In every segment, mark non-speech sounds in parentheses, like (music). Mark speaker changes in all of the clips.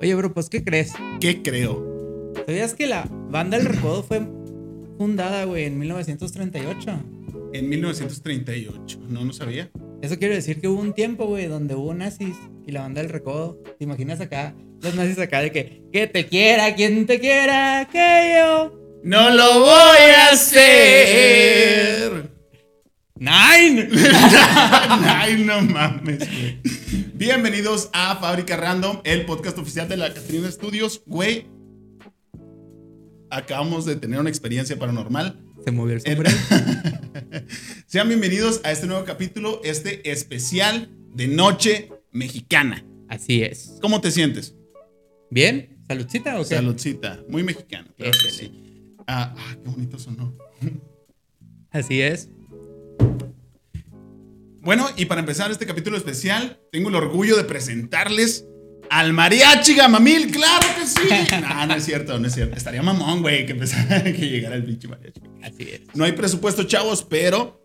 Speaker 1: Oye, bro, pues ¿qué crees?
Speaker 2: ¿Qué creo?
Speaker 1: ¿Sabías que la banda del recodo fue fundada, güey, en 1938?
Speaker 2: En 1938. No, no sabía.
Speaker 1: Eso quiere decir que hubo un tiempo, güey, donde hubo nazis y la banda del recodo. ¿Te imaginas acá? Los nazis acá de que, que te quiera, quien te quiera, que yo.
Speaker 2: ¡No lo voy a hacer! (laughs)
Speaker 1: ¡Nine!
Speaker 2: Ay, no mames, güey. Bienvenidos a Fábrica Random, el podcast oficial de la Catrina Studios. Güey, acabamos de tener una experiencia paranormal.
Speaker 1: Se movió el sombrero.
Speaker 2: Sean bienvenidos a este nuevo capítulo, este especial de Noche Mexicana.
Speaker 1: Así es.
Speaker 2: ¿Cómo te sientes?
Speaker 1: ¿Bien? ¿Saludcita o qué?
Speaker 2: Saludcita, muy mexicano. Claro que
Speaker 1: Échale.
Speaker 2: sí. Ah, ah, qué bonito sonó.
Speaker 1: Así es.
Speaker 2: Bueno, y para empezar este capítulo especial, tengo el orgullo de presentarles al mariachi Gamamil, claro que sí. No, no es cierto, no es cierto. Estaría mamón, güey, que empezara (laughs) que llegara el pinche mariachi.
Speaker 1: Así es.
Speaker 2: No hay presupuesto, chavos, pero,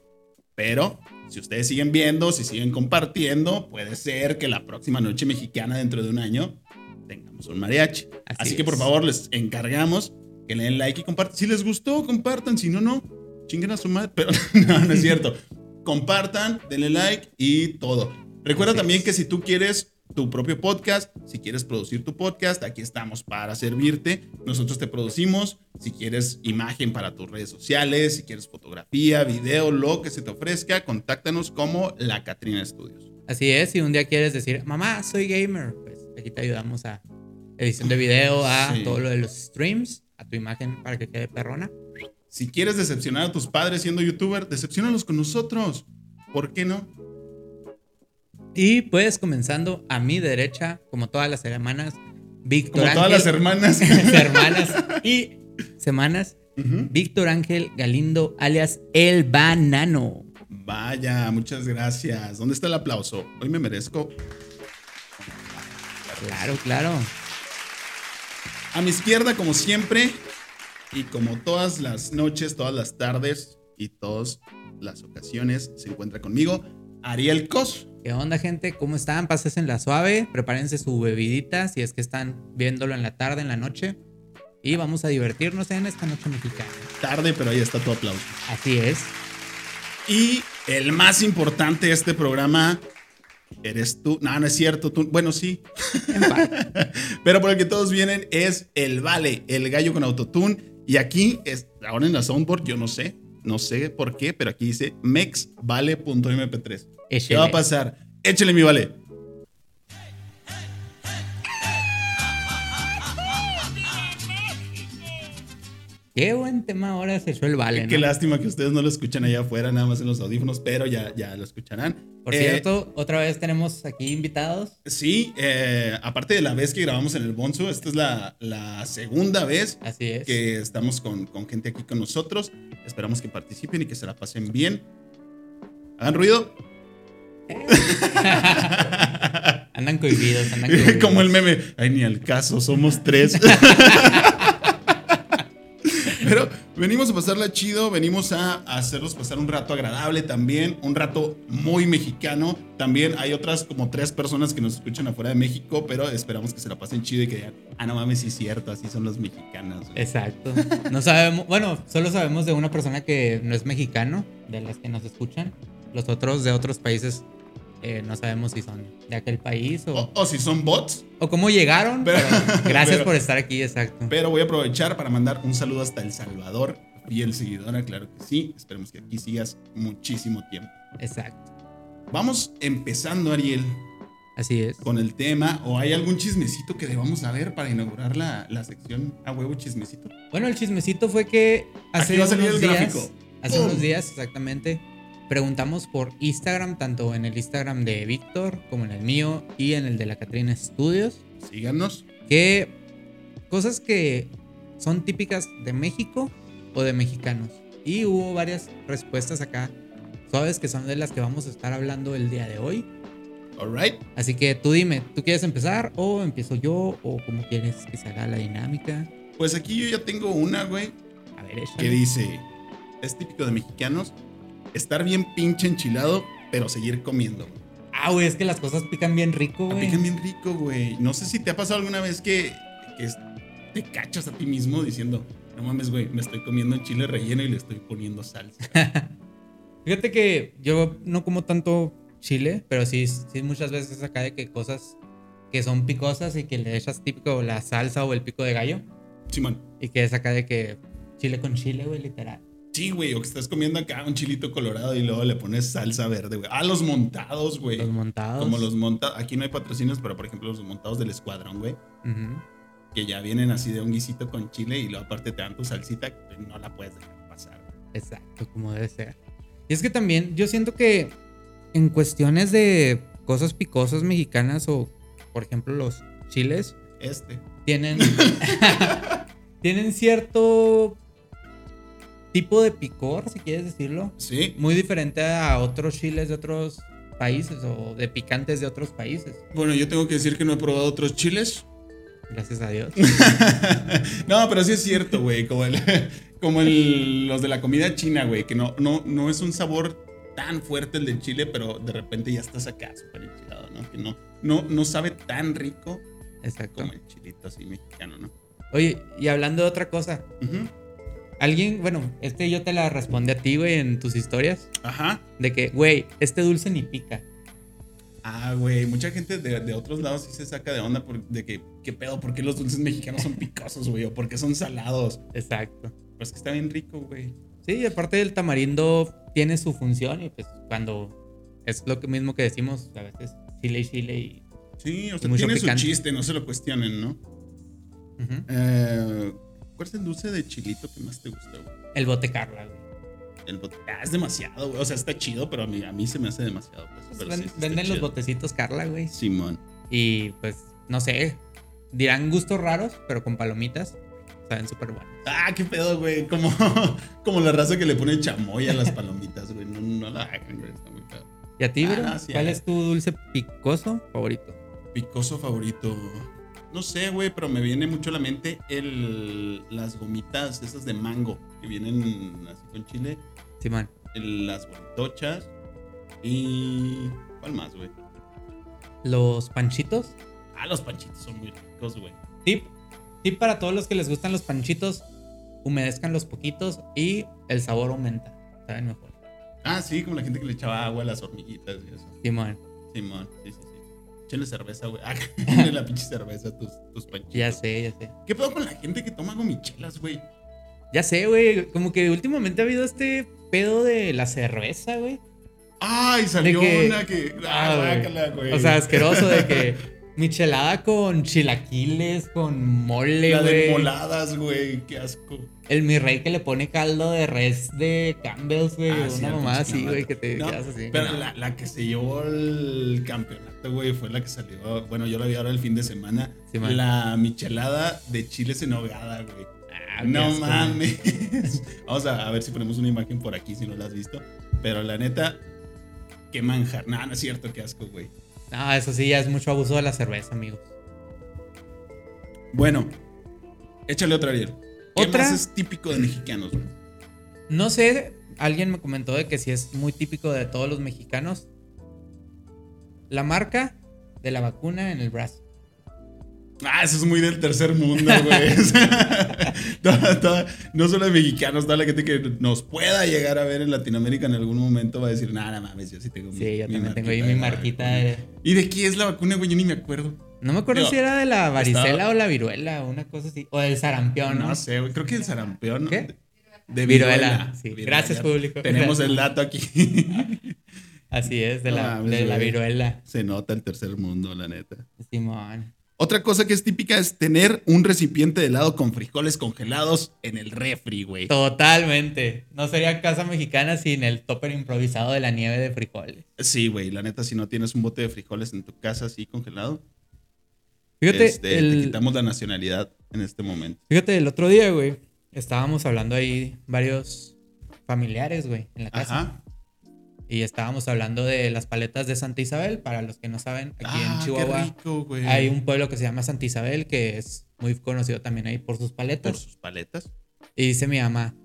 Speaker 2: pero, si ustedes siguen viendo, si siguen compartiendo, puede ser que la próxima noche mexicana dentro de un año tengamos un mariachi.
Speaker 1: Así
Speaker 2: Así, que por
Speaker 1: es.
Speaker 2: favor les encargamos que le den like y compartan. Si les gustó, compartan. Si no, no, chinguen a su madre. Pero (laughs) no, no es cierto. Compartan, denle like y todo. Recuerda
Speaker 1: Así
Speaker 2: también
Speaker 1: es.
Speaker 2: que si tú quieres tu propio podcast, si quieres producir tu podcast, aquí estamos para servirte. Nosotros te producimos. Si quieres imagen para tus redes sociales, si quieres fotografía, video, lo que se te ofrezca, contáctanos como La Catrina Studios.
Speaker 1: Así es, si un día quieres decir, mamá, soy gamer, pues aquí te ayudamos a edición de video, a
Speaker 2: Sí.
Speaker 1: todo lo de los streams, a tu imagen para que quede perrona.
Speaker 2: Si quieres decepcionar a tus padres siendo youtuber, decepcionalos con nosotros. ¿Por qué no?
Speaker 1: Y pues comenzando a mi derecha, como todas las hermanas, Víctor
Speaker 2: Como todas las
Speaker 1: Ángel, (laughs)
Speaker 2: hermanas.
Speaker 1: hermanas y semanas,
Speaker 2: Ujú.
Speaker 1: Víctor Ángel Galindo, alias El Banano.
Speaker 2: Vaya, muchas gracias. ¿Dónde está el aplauso? Hoy me merezco.
Speaker 1: Claro, claro.
Speaker 2: A mi izquierda, como siempre, y como todas las noches, todas las tardes y todas las ocasiones, se encuentra conmigo Ariel Cos.
Speaker 1: ¿Qué onda, gente? ¿Cómo están? Pases en la suave, prepárense su bebidita si es que están viéndolo en la tarde, en la noche. Y vamos a divertirnos en esta noche mexicana.
Speaker 2: Tarde, pero ahí está tu aplauso.
Speaker 1: Así es.
Speaker 2: Y el más importante de este programa eres tú. No, no es cierto. Tú, bueno, sí.
Speaker 1: En parte.
Speaker 2: (laughs) Pero por el que todos vienen es el Vale, el gallo con autotune. Y aquí, es, ahora en la soundboard, yo no sé, no sé por qué, pero aquí dice mexvale.mp3. ¿Qué
Speaker 1: Échele.
Speaker 2: va a pasar? Échale mi Vale.
Speaker 1: Qué buen tema ahora se echó el vale,
Speaker 2: Qué
Speaker 1: ¿no?
Speaker 2: lástima que ustedes no lo escuchan allá afuera, nada más en los audífonos, pero ya, ya lo escucharán.
Speaker 1: Por
Speaker 2: Eh,
Speaker 1: cierto, otra vez tenemos aquí invitados.
Speaker 2: Sí, eh, aparte de la vez que grabamos en el Bonzo, esta es la, la segunda vez
Speaker 1: Así es.
Speaker 2: que estamos con, con gente aquí con nosotros. Esperamos que participen y que se la pasen bien. Hagan ruido,
Speaker 1: Andan cohibidos, andan cohibidos.
Speaker 2: (laughs) como el meme. Ay, ni al caso, somos tres. Pero venimos a pasarla chido, venimos a hacerlos pasar un rato agradable también, un rato muy mexicano. También hay otras como tres personas que nos escuchan afuera de México, pero esperamos que se la pasen chido y que digan, ah, no mames, sí es cierto, así son los mexicanos. güey".
Speaker 1: Exacto. No sabemos, bueno, solo sabemos de una persona que no es mexicano, de las que nos escuchan. Los otros de otros países eh, no sabemos si son de aquel país o,
Speaker 2: O, o si son bots,
Speaker 1: o cómo llegaron.
Speaker 2: Pero- (laughs)
Speaker 1: pero gracias
Speaker 2: pero-
Speaker 1: por estar aquí, exacto.
Speaker 2: pero voy a aprovechar para mandar un saludo hasta El Salvador. Y el seguidora, claro que sí. Esperemos que aquí sigas muchísimo tiempo.
Speaker 1: Exacto.
Speaker 2: Vamos empezando, Ariel.
Speaker 1: Así es.
Speaker 2: con el tema o hay algún chismecito que debamos saber para inaugurar la, la sección a huevo chismecito.
Speaker 1: Bueno, el chismecito fue que hace
Speaker 2: Aquí va a salir
Speaker 1: unos
Speaker 2: el
Speaker 1: días,
Speaker 2: gráfico.
Speaker 1: hace
Speaker 2: ¡Pum!
Speaker 1: unos días exactamente, preguntamos por Instagram, tanto en el Instagram de Víctor como en el mío y en el de la Catrina Studios,
Speaker 2: Síganos.
Speaker 1: que cosas que son típicas de México o de mexicanos. Y hubo varias respuestas acá, suaves que son de las que vamos a estar hablando el día de hoy.
Speaker 2: All right.
Speaker 1: Así que tú dime, ¿tú quieres empezar o empiezo yo o cómo quieres que se haga la dinámica?
Speaker 2: Pues aquí yo ya tengo una, güey,
Speaker 1: A ver, échale.
Speaker 2: que dice, es típico de mexicanos, estar bien pinche enchilado, pero seguir comiendo. güey.
Speaker 1: Ah, güey, es que las cosas pican bien rico,
Speaker 2: La
Speaker 1: güey.
Speaker 2: Ah, pican bien rico, güey. No sé si te ha pasado alguna vez que, que es- te cachas a ti mismo diciendo, no mames, güey, me estoy comiendo un chile relleno y le estoy poniendo salsa.
Speaker 1: Fíjate que yo no como tanto chile, pero sí, sí muchas veces acá de que cosas que son picosas y que le echas típico la salsa o el pico de gallo.
Speaker 2: Simón.
Speaker 1: Y que es acá de que chile con chile, güey, literal.
Speaker 2: Sí, güey, o que estás comiendo acá un chilito colorado y luego le pones salsa verde, güey. Ah, los montados, güey.
Speaker 1: Los montados.
Speaker 2: Como los montados. Aquí no hay patrocinios, pero por ejemplo, los montados del escuadrón, güey.
Speaker 1: Ujú.
Speaker 2: Que ya vienen así de un guisito con chile y luego aparte te dan tu salsita que no la puedes dejar pasar.
Speaker 1: Exacto, como debe ser. Y es que también yo siento que en cuestiones de cosas picosas mexicanas o, por ejemplo, los chiles,
Speaker 2: Este.
Speaker 1: tienen, (laughs) tienen cierto tipo de picor, si quieres decirlo,
Speaker 2: Sí.
Speaker 1: muy diferente a otros chiles de otros países o de picantes de otros países.
Speaker 2: Bueno, yo tengo que decir que no he probado otros chiles,
Speaker 1: Gracias a Dios.
Speaker 2: (laughs) no, pero sí es cierto, güey. Como, el, (laughs) como el- los de la comida china, güey. Que no, no, no es un sabor tan fuerte el del chile, pero de repente ya estás acá súper enchilado, ¿no? Que no, no, no sabe tan rico
Speaker 1: Exacto.
Speaker 2: como el chilito así mexicano, ¿no?
Speaker 1: Oye, y hablando de otra cosa,
Speaker 2: Ujú.
Speaker 1: alguien, bueno, este yo te la respondí a ti, güey, en tus historias.
Speaker 2: Ajá.
Speaker 1: De que, güey, este dulce ni pica.
Speaker 2: Ah, güey. Mucha gente de, de otros lados sí se saca de onda por- de que, ¿qué pedo? ¿Por qué los dulces mexicanos son picosos, güey? ¿O por qué son salados?
Speaker 1: Exacto.
Speaker 2: Pues que está bien rico, güey.
Speaker 1: Sí, y aparte del tamarindo tiene su función y pues cuando es lo que mismo que decimos a veces, chile y chile y...
Speaker 2: Sí, o
Speaker 1: Y
Speaker 2: sea,
Speaker 1: mucho
Speaker 2: tiene
Speaker 1: picante.
Speaker 2: su chiste, no se lo cuestionen, ¿no?
Speaker 1: Ujú.
Speaker 2: Eh, ¿Cuál es el dulce de chilito que más te gusta, güey?
Speaker 1: El bote Carla, güey.
Speaker 2: El bote- ah, es demasiado, güey. O sea, está chido, pero a mí, a mí se me hace demasiado. Pues,
Speaker 1: Pues
Speaker 2: pero
Speaker 1: ven-
Speaker 2: sí, sí está
Speaker 1: venden los
Speaker 2: chido.
Speaker 1: botecitos Carla, güey.
Speaker 2: Simón.
Speaker 1: Y pues, no sé, dirán gustos raros, pero con palomitas saben súper buenos.
Speaker 2: Ah, qué pedo, güey. Como, (laughs) como la raza que le pone chamoy a las palomitas, güey. No, no la hagan, güey. Está muy feo.
Speaker 1: ¿Y a ti,
Speaker 2: Ah,
Speaker 1: bro?
Speaker 2: no, sí,
Speaker 1: ¿Cuál
Speaker 2: eh.
Speaker 1: es tu dulce picoso favorito?
Speaker 2: Picoso favorito. No sé, güey, pero me viene mucho a la mente el, las gomitas esas de mango que vienen así con chile.
Speaker 1: Simón.
Speaker 2: el- las bolitochas. Y. ¿Cuál más, güey?
Speaker 1: ¿Los panchitos?
Speaker 2: Ah, los panchitos son muy ricos, güey.
Speaker 1: Tip, tip para todos los que les gustan los panchitos, humedezcan los poquitos y el sabor aumenta. Saben mejor.
Speaker 2: Ah, sí, como la gente que le echaba agua a las hormiguitas y eso.
Speaker 1: Simón,
Speaker 2: Simón, sí, sí, sí. Echenle cerveza, güey. Ah, (laughs) échenle la pinche cerveza a tus, tus panchitos.
Speaker 1: ya sé, ya sé.
Speaker 2: ¿Qué pedo con la gente que toma gomichelas, güey?
Speaker 1: Ya sé, güey. Como que últimamente ha habido este pedo de la cerveza, güey.
Speaker 2: Ay, salió
Speaker 1: De que-
Speaker 2: una que. Ah,
Speaker 1: Ah, güey.
Speaker 2: guácala, güey.
Speaker 1: O sea, asqueroso de que michelada con chilaquiles, con mole,
Speaker 2: La de
Speaker 1: güey.
Speaker 2: moladas, güey. Qué asco.
Speaker 1: El mi rey que le pone caldo de res de Campbell's, güey.
Speaker 2: Ah,
Speaker 1: una
Speaker 2: sí, la
Speaker 1: mamada
Speaker 2: pinche
Speaker 1: así, güey,
Speaker 2: clamato.
Speaker 1: que te
Speaker 2: No,
Speaker 1: quedas así.
Speaker 2: Pero la, la que se llevó el campeonato, güey, fue la que salió. Bueno, yo la vi ahora el fin de semana.
Speaker 1: Sí, man.
Speaker 2: la michelada de chiles en hogada, güey.
Speaker 1: Ah, qué
Speaker 2: no
Speaker 1: asco, güey.
Speaker 2: mames. (laughs) Vamos a, a ver si ponemos una imagen por aquí si no la has visto. Pero la neta, qué manjar. No, no es cierto, qué asco, güey.
Speaker 1: No, eso sí, ya es mucho abuso de la cerveza, amigos.
Speaker 2: Bueno, échale otra, Ariel. ¿Qué
Speaker 1: ¿Otra?
Speaker 2: más es típico de mexicanos, güey?
Speaker 1: No sé, alguien me comentó de que si es muy típico de todos los mexicanos. La marca de la vacuna en el brazo.
Speaker 2: Ah, eso es muy del tercer mundo, güey. (laughs) Toda- toda- no solo de mexicanos, toda la gente que nos pueda llegar a ver en Latinoamérica en algún momento va a decir, nada, mames, yo sí tengo
Speaker 1: Sí, yo también tengo
Speaker 2: marquita
Speaker 1: ahí
Speaker 2: de
Speaker 1: mi
Speaker 2: la
Speaker 1: marquita
Speaker 2: vacuna".
Speaker 1: de...
Speaker 2: ¿Y de qué es la vacuna, güey? Yo ni me acuerdo.
Speaker 1: No me acuerdo
Speaker 2: Digo,
Speaker 1: si era de la varicela
Speaker 2: estaba-
Speaker 1: o la viruela, una cosa así. O del sarampión, ¿no?
Speaker 2: No sé, güey. Creo que el sarampión. ¿no?
Speaker 1: ¿Qué?
Speaker 2: De
Speaker 1: Viruela,
Speaker 2: viruela.
Speaker 1: sí. Gracias, público.
Speaker 2: Tenemos
Speaker 1: Gracias.
Speaker 2: el dato aquí. (laughs)
Speaker 1: Así es, de,
Speaker 2: No
Speaker 1: la,
Speaker 2: mames,
Speaker 1: de la
Speaker 2: güey.
Speaker 1: viruela.
Speaker 2: Se nota el tercer mundo, la neta.
Speaker 1: Simón.
Speaker 2: Otra cosa que es típica es tener un recipiente de helado con frijoles congelados en el refri, güey.
Speaker 1: Totalmente. No sería casa mexicana sin el topper improvisado de la nieve de frijoles.
Speaker 2: Sí, güey, la neta, si no tienes un bote de frijoles en tu casa así congelado,
Speaker 1: Fíjate,
Speaker 2: este, te
Speaker 1: el,
Speaker 2: quitamos la nacionalidad en este momento.
Speaker 1: fíjate, el otro día, güey, estábamos hablando ahí varios familiares, güey, en la casa.
Speaker 2: Ajá.
Speaker 1: Y estábamos hablando de las paletas de Santa Isabel. Para los que no saben, aquí
Speaker 2: Ah,
Speaker 1: en
Speaker 2: Qué
Speaker 1: Chihuahua
Speaker 2: rico, güey.
Speaker 1: hay un pueblo que se llama Santa Isabel, que es muy conocido también ahí por sus paletas.
Speaker 2: por sus paletas.
Speaker 1: Y dice mi mamá,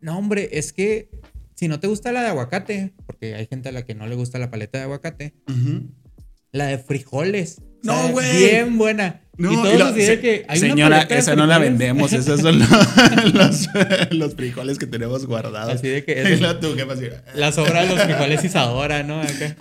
Speaker 1: no hombre, es que si no te gusta la de aguacate, porque porque hay gente a la que no le gusta la paleta de aguacate.
Speaker 2: Ujú.
Speaker 1: La de frijoles.
Speaker 2: No,
Speaker 1: Sabe
Speaker 2: güey.
Speaker 1: Bien buena.
Speaker 2: No,
Speaker 1: y todos
Speaker 2: y la-
Speaker 1: consideran
Speaker 2: se-
Speaker 1: que hay una
Speaker 2: señora,
Speaker 1: paleta de
Speaker 2: esa no la
Speaker 1: frijoles. (laughs)
Speaker 2: vendemos, esos son los, (laughs) los- los frijoles que tenemos guardados.
Speaker 1: Así
Speaker 2: (laughs)
Speaker 1: de que
Speaker 2: Y
Speaker 1: es-
Speaker 2: la tu jefa así, "Ah,
Speaker 1: la sobra de los frijoles Isadora, ¿no? Acá.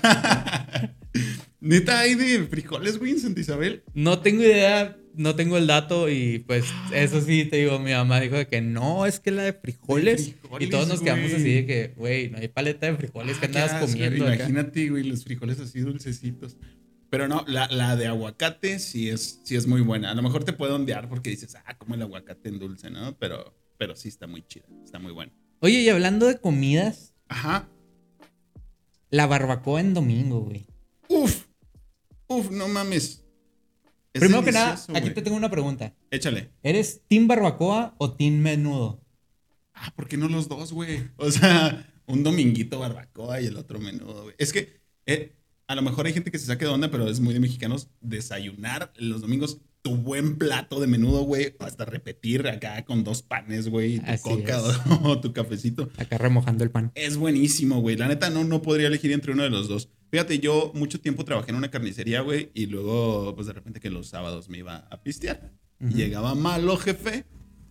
Speaker 2: Neta, hay de frijoles, güey, en Santa Isabel.
Speaker 1: No tengo idea, no tengo el dato y pues eso sí te digo, mi mamá dijo de que no, es que la de frijoles.
Speaker 2: De frijoles,
Speaker 1: y todos nos quedamos
Speaker 2: güey.
Speaker 1: así de que, güey, no hay paleta de frijoles que
Speaker 2: Ah, qué
Speaker 1: andabas
Speaker 2: asco,
Speaker 1: comiendo acá.
Speaker 2: Imagínate, güey, los frijoles así dulcecitos. Pero no, la, la de aguacate sí es, sí es muy buena. A lo mejor te puede ondear porque dices, ah, como el aguacate en dulce, ¿no? Pero, pero sí está muy chida, está muy buena.
Speaker 1: Oye, y hablando de comidas,
Speaker 2: Ajá.
Speaker 1: la barbacoa en domingo, güey.
Speaker 2: Uf. Uf, no mames. Es
Speaker 1: Primero que nada,
Speaker 2: delicioso,
Speaker 1: aquí
Speaker 2: güey.
Speaker 1: te tengo una pregunta.
Speaker 2: Échale.
Speaker 1: ¿Eres team barbacoa o team menudo?
Speaker 2: Ah, ¿por qué no los dos, güey? O sea, un dominguito barbacoa y el otro menudo, güey. Es que eh, a lo mejor hay gente que se saque de onda, pero es muy de mexicanos desayunar los domingos tu buen plato de menudo, güey, o hasta repetir acá con dos panes, güey, y tu
Speaker 1: Así
Speaker 2: coca
Speaker 1: es.
Speaker 2: (laughs) o, o tu cafecito.
Speaker 1: Acá remojando el pan.
Speaker 2: Es buenísimo, güey. La neta no, no podría elegir entre uno de los dos. Fíjate, yo mucho tiempo trabajé en una carnicería, güey, y luego, pues de repente que los sábados me iba a pistear.
Speaker 1: Ujú.
Speaker 2: Llegaba malo, jefe.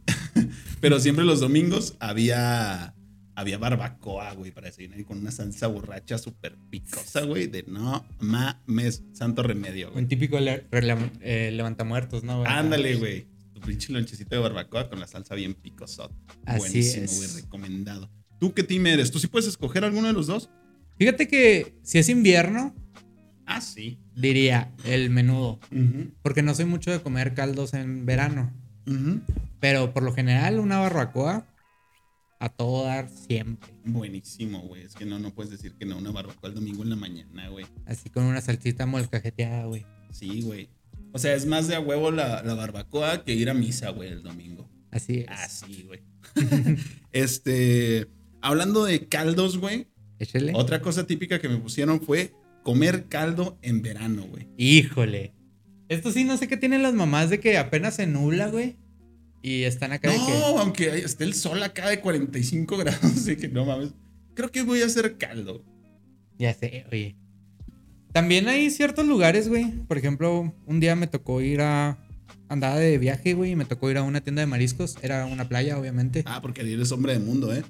Speaker 2: (laughs) Pero siempre los domingos había, había barbacoa, güey, para desayunar y con una salsa borracha súper picosa, güey, de no mames, santo remedio, güey.
Speaker 1: Un típico le- rela- eh, levantamuertos, ¿no? güey?
Speaker 2: Ándale, güey. Tu pinche lonchecito de barbacoa con la salsa bien picosota.
Speaker 1: Así
Speaker 2: Buenísimo,
Speaker 1: es.
Speaker 2: güey, recomendado. ¿Tú qué team eres? ¿Tú sí puedes escoger alguno de los dos?
Speaker 1: Fíjate que si es invierno,
Speaker 2: Ah, sí.
Speaker 1: diría el menudo. Porque no soy mucho de comer caldos en verano.
Speaker 2: Ujú.
Speaker 1: Pero por lo general, una barbacoa a todo dar siempre.
Speaker 2: Buenísimo, güey. Es que no, no puedes decir que no, una barbacoa el domingo en la mañana, güey.
Speaker 1: Así con una salsita molcajeteada, güey.
Speaker 2: Sí, güey. O sea, es más de a huevo la, la barbacoa que ir a misa, güey, el domingo.
Speaker 1: Así es.
Speaker 2: Así, güey. (laughs) este, hablando de caldos, güey,
Speaker 1: Échele.
Speaker 2: otra cosa típica que me pusieron fue comer caldo en verano, güey.
Speaker 1: Híjole. Esto sí, no sé qué tienen las mamás de que apenas se nubla, güey. Y están acá de que.
Speaker 2: No, aunque ahí esté el sol acá de 45 (laughs) grados, de que no mames. Creo que voy a hacer caldo.
Speaker 1: Ya sé, oye. También hay ciertos lugares, güey. Por ejemplo, un día me tocó ir a. Andaba de viaje, güey, y me tocó ir a una tienda de mariscos. Era una playa, obviamente.
Speaker 2: Ah, porque eres hombre de mundo, ¿eh?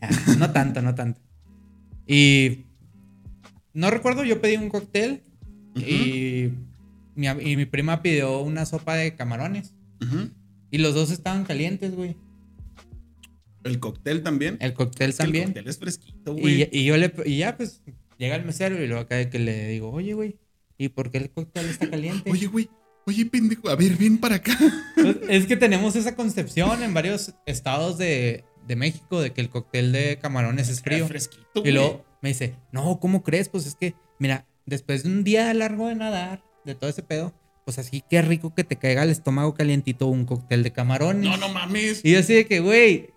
Speaker 1: Ah, No tanto, no tanto. Y no recuerdo, yo pedí un cóctel y, mi, ab- y mi prima pidió una sopa de camarones.
Speaker 2: Ujú.
Speaker 1: Y los dos estaban calientes, güey.
Speaker 2: El cóctel también.
Speaker 1: El cóctel
Speaker 2: Es que el
Speaker 1: también.
Speaker 2: cóctel es fresquito,
Speaker 1: y,
Speaker 2: güey.
Speaker 1: y yo le, y ya pues llega el mesero y luego acá de que le digo, oye, güey, ¿y por qué el cóctel está caliente?
Speaker 2: Oye, güey. Oye, pendejo. A ver, ven para acá.
Speaker 1: Pues, es que tenemos esa concepción en varios estados de, de México de que el cóctel de camarones es frío.
Speaker 2: Era fresquito,
Speaker 1: Y
Speaker 2: güey.
Speaker 1: luego me dice, no, ¿cómo crees? Pues es que, mira, después de un día largo de nadar, de todo ese pedo, pues así qué rico que te caiga al estómago calientito un cóctel de camarones.
Speaker 2: No, no mames.
Speaker 1: Y yo así de que, güey,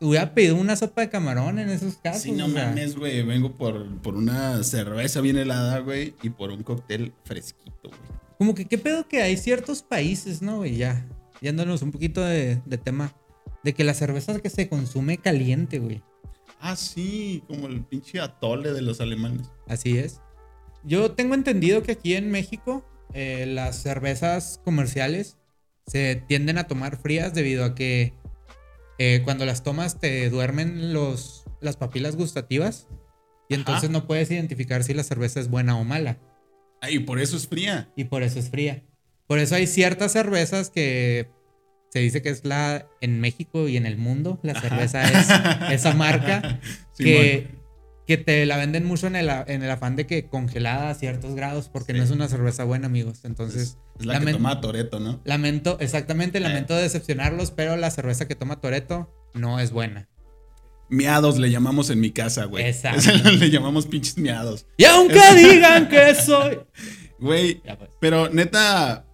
Speaker 1: hubiera pedido una sopa de camarón en esos casos.
Speaker 2: Sí, no
Speaker 1: o sea,
Speaker 2: mames, güey. Vengo por, por una cerveza bien helada, güey. Y por un cóctel fresquito, güey.
Speaker 1: Como que qué pedo que hay ciertos países, ¿no? Y ya, yéndonos un poquito de, de tema, de que la cerveza que se consume caliente, güey.
Speaker 2: Ah, sí. Como el pinche atole de los alemanes.
Speaker 1: Así es. Yo tengo entendido que aquí en México eh, las cervezas comerciales se tienden a tomar frías debido a que eh, cuando las tomas te duermen los, las papilas gustativas y
Speaker 2: Ajá.
Speaker 1: entonces no puedes identificar si la cerveza es buena o mala
Speaker 2: Ah, y por eso es (laughs) fría.
Speaker 1: y por eso es fría. Por eso hay ciertas cervezas que se dice que es la en México y en el mundo, la cerveza es esa marca
Speaker 2: (laughs)
Speaker 1: que,
Speaker 2: Simón.
Speaker 1: que te la venden mucho en el, a- en el afán de que congelada a ciertos grados, porque
Speaker 2: Sí.
Speaker 1: no es una cerveza buena, amigos. Entonces,
Speaker 2: Es, es la que
Speaker 1: lamen-
Speaker 2: toma Toreto, ¿no?
Speaker 1: lamento, exactamente,
Speaker 2: Eh.
Speaker 1: lamento decepcionarlos, pero la cerveza que toma Toreto no es buena.
Speaker 2: Miados le llamamos en mi casa, güey.
Speaker 1: Exacto.
Speaker 2: Esa (laughs) le llamamos pinches miados.
Speaker 1: Y aunque digan (laughs) que soy.
Speaker 2: Güey,
Speaker 1: Ya, pues.
Speaker 2: Pero neta,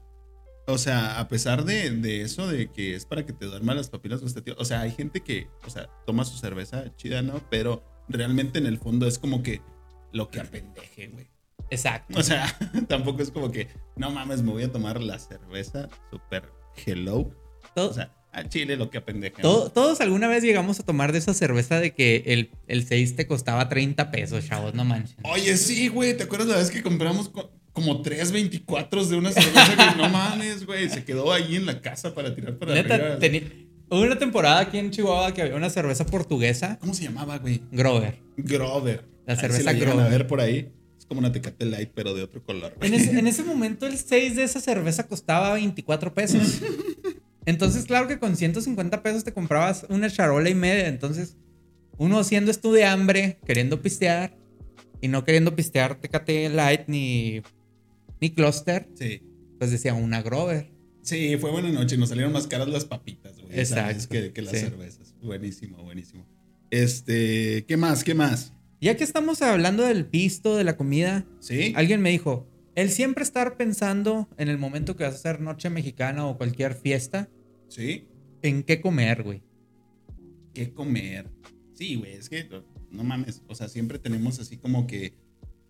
Speaker 2: o sea, a pesar de, de eso, de que es para que te duerman las papilas gustativas, o sea, hay gente que, o sea, toma su cerveza chida, ¿no? Pero realmente en el fondo es como que lo que apendeje, güey.
Speaker 1: Exacto.
Speaker 2: O sea, (laughs) tampoco es como que, no mames, me voy a tomar la cerveza, super hello.
Speaker 1: Todo-
Speaker 2: O sea, Al chile lo que apendeja.
Speaker 1: Todo- todos alguna vez llegamos a tomar de esa cerveza de que el, el 6 te costaba 30 pesos, chavos, no manchen.
Speaker 2: Oye, sí, güey, ¿te acuerdas la vez que compramos co- como tres 24 de una cerveza? güey? no mames, güey, se quedó ahí en la casa para tirar para
Speaker 1: Neta,
Speaker 2: arriba.
Speaker 1: teni- hubo una temporada aquí en Chihuahua que había una cerveza portuguesa,
Speaker 2: ¿Cómo se llamaba, güey?
Speaker 1: Grover.
Speaker 2: Grover.
Speaker 1: La
Speaker 2: Ahí
Speaker 1: cerveza
Speaker 2: si la llegan
Speaker 1: Grover.
Speaker 2: a ver por ahí. Es como una Tecate Light, pero de otro color, güey.
Speaker 1: En ese, en ese momento el 6 de esa cerveza costaba 24 pesos. Entonces, claro que con 150 pesos te comprabas una charola y media. Entonces, uno siendo esto de hambre, queriendo pistear y no queriendo pistear Tecate Light ni, ni Cluster,
Speaker 2: (laughs) Sí.
Speaker 1: pues decía una Grover.
Speaker 2: Sí, fue buena noche. Nos salieron más caras las papitas, güey. ¿sabes?
Speaker 1: Exacto,
Speaker 2: Que, que las
Speaker 1: sí.
Speaker 2: cervezas. Buenísimo, buenísimo. Este, ¿qué más? ¿Qué más?
Speaker 1: Ya que estamos hablando del pisto, de la comida,
Speaker 2: ¿Sí?
Speaker 1: alguien me dijo, el siempre estar pensando en el momento que vas a hacer noche mexicana o cualquier fiesta,
Speaker 2: ¿Sí?
Speaker 1: en qué comer, güey.
Speaker 2: ¿Qué comer? Sí, güey, es que no- no mames. O sea, siempre tenemos así como que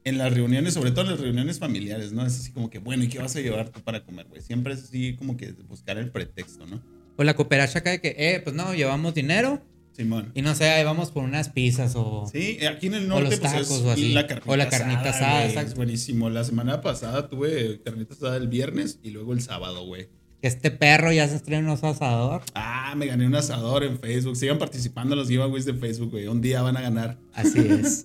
Speaker 2: en las reuniones, sobre todo en las reuniones familiares, ¿no? Es así como que, bueno, ¿y qué vas a llevar tú para comer, güey? Siempre es así como que buscar el pretexto, ¿no?
Speaker 1: O Pues la cooperacha acá de que, eh, pues no, llevamos dinero
Speaker 2: Simón.
Speaker 1: y no sé, ahí vamos por unas pizzas o...
Speaker 2: Sí, aquí en el norte
Speaker 1: O los
Speaker 2: pues,
Speaker 1: tacos
Speaker 2: es
Speaker 1: o así.
Speaker 2: la carnita
Speaker 1: O la carnita asada,
Speaker 2: güey,
Speaker 1: exacto.
Speaker 2: Es buenísimo. La semana pasada tuve carnita asada el viernes y luego el sábado, güey.
Speaker 1: Que este perro ya se estrenó su asador.
Speaker 2: Ah, me gané un asador en Facebook. Sigan participando en los giveaways de Facebook, güey. Un día van a ganar.
Speaker 1: Así
Speaker 2: (laughs)
Speaker 1: es.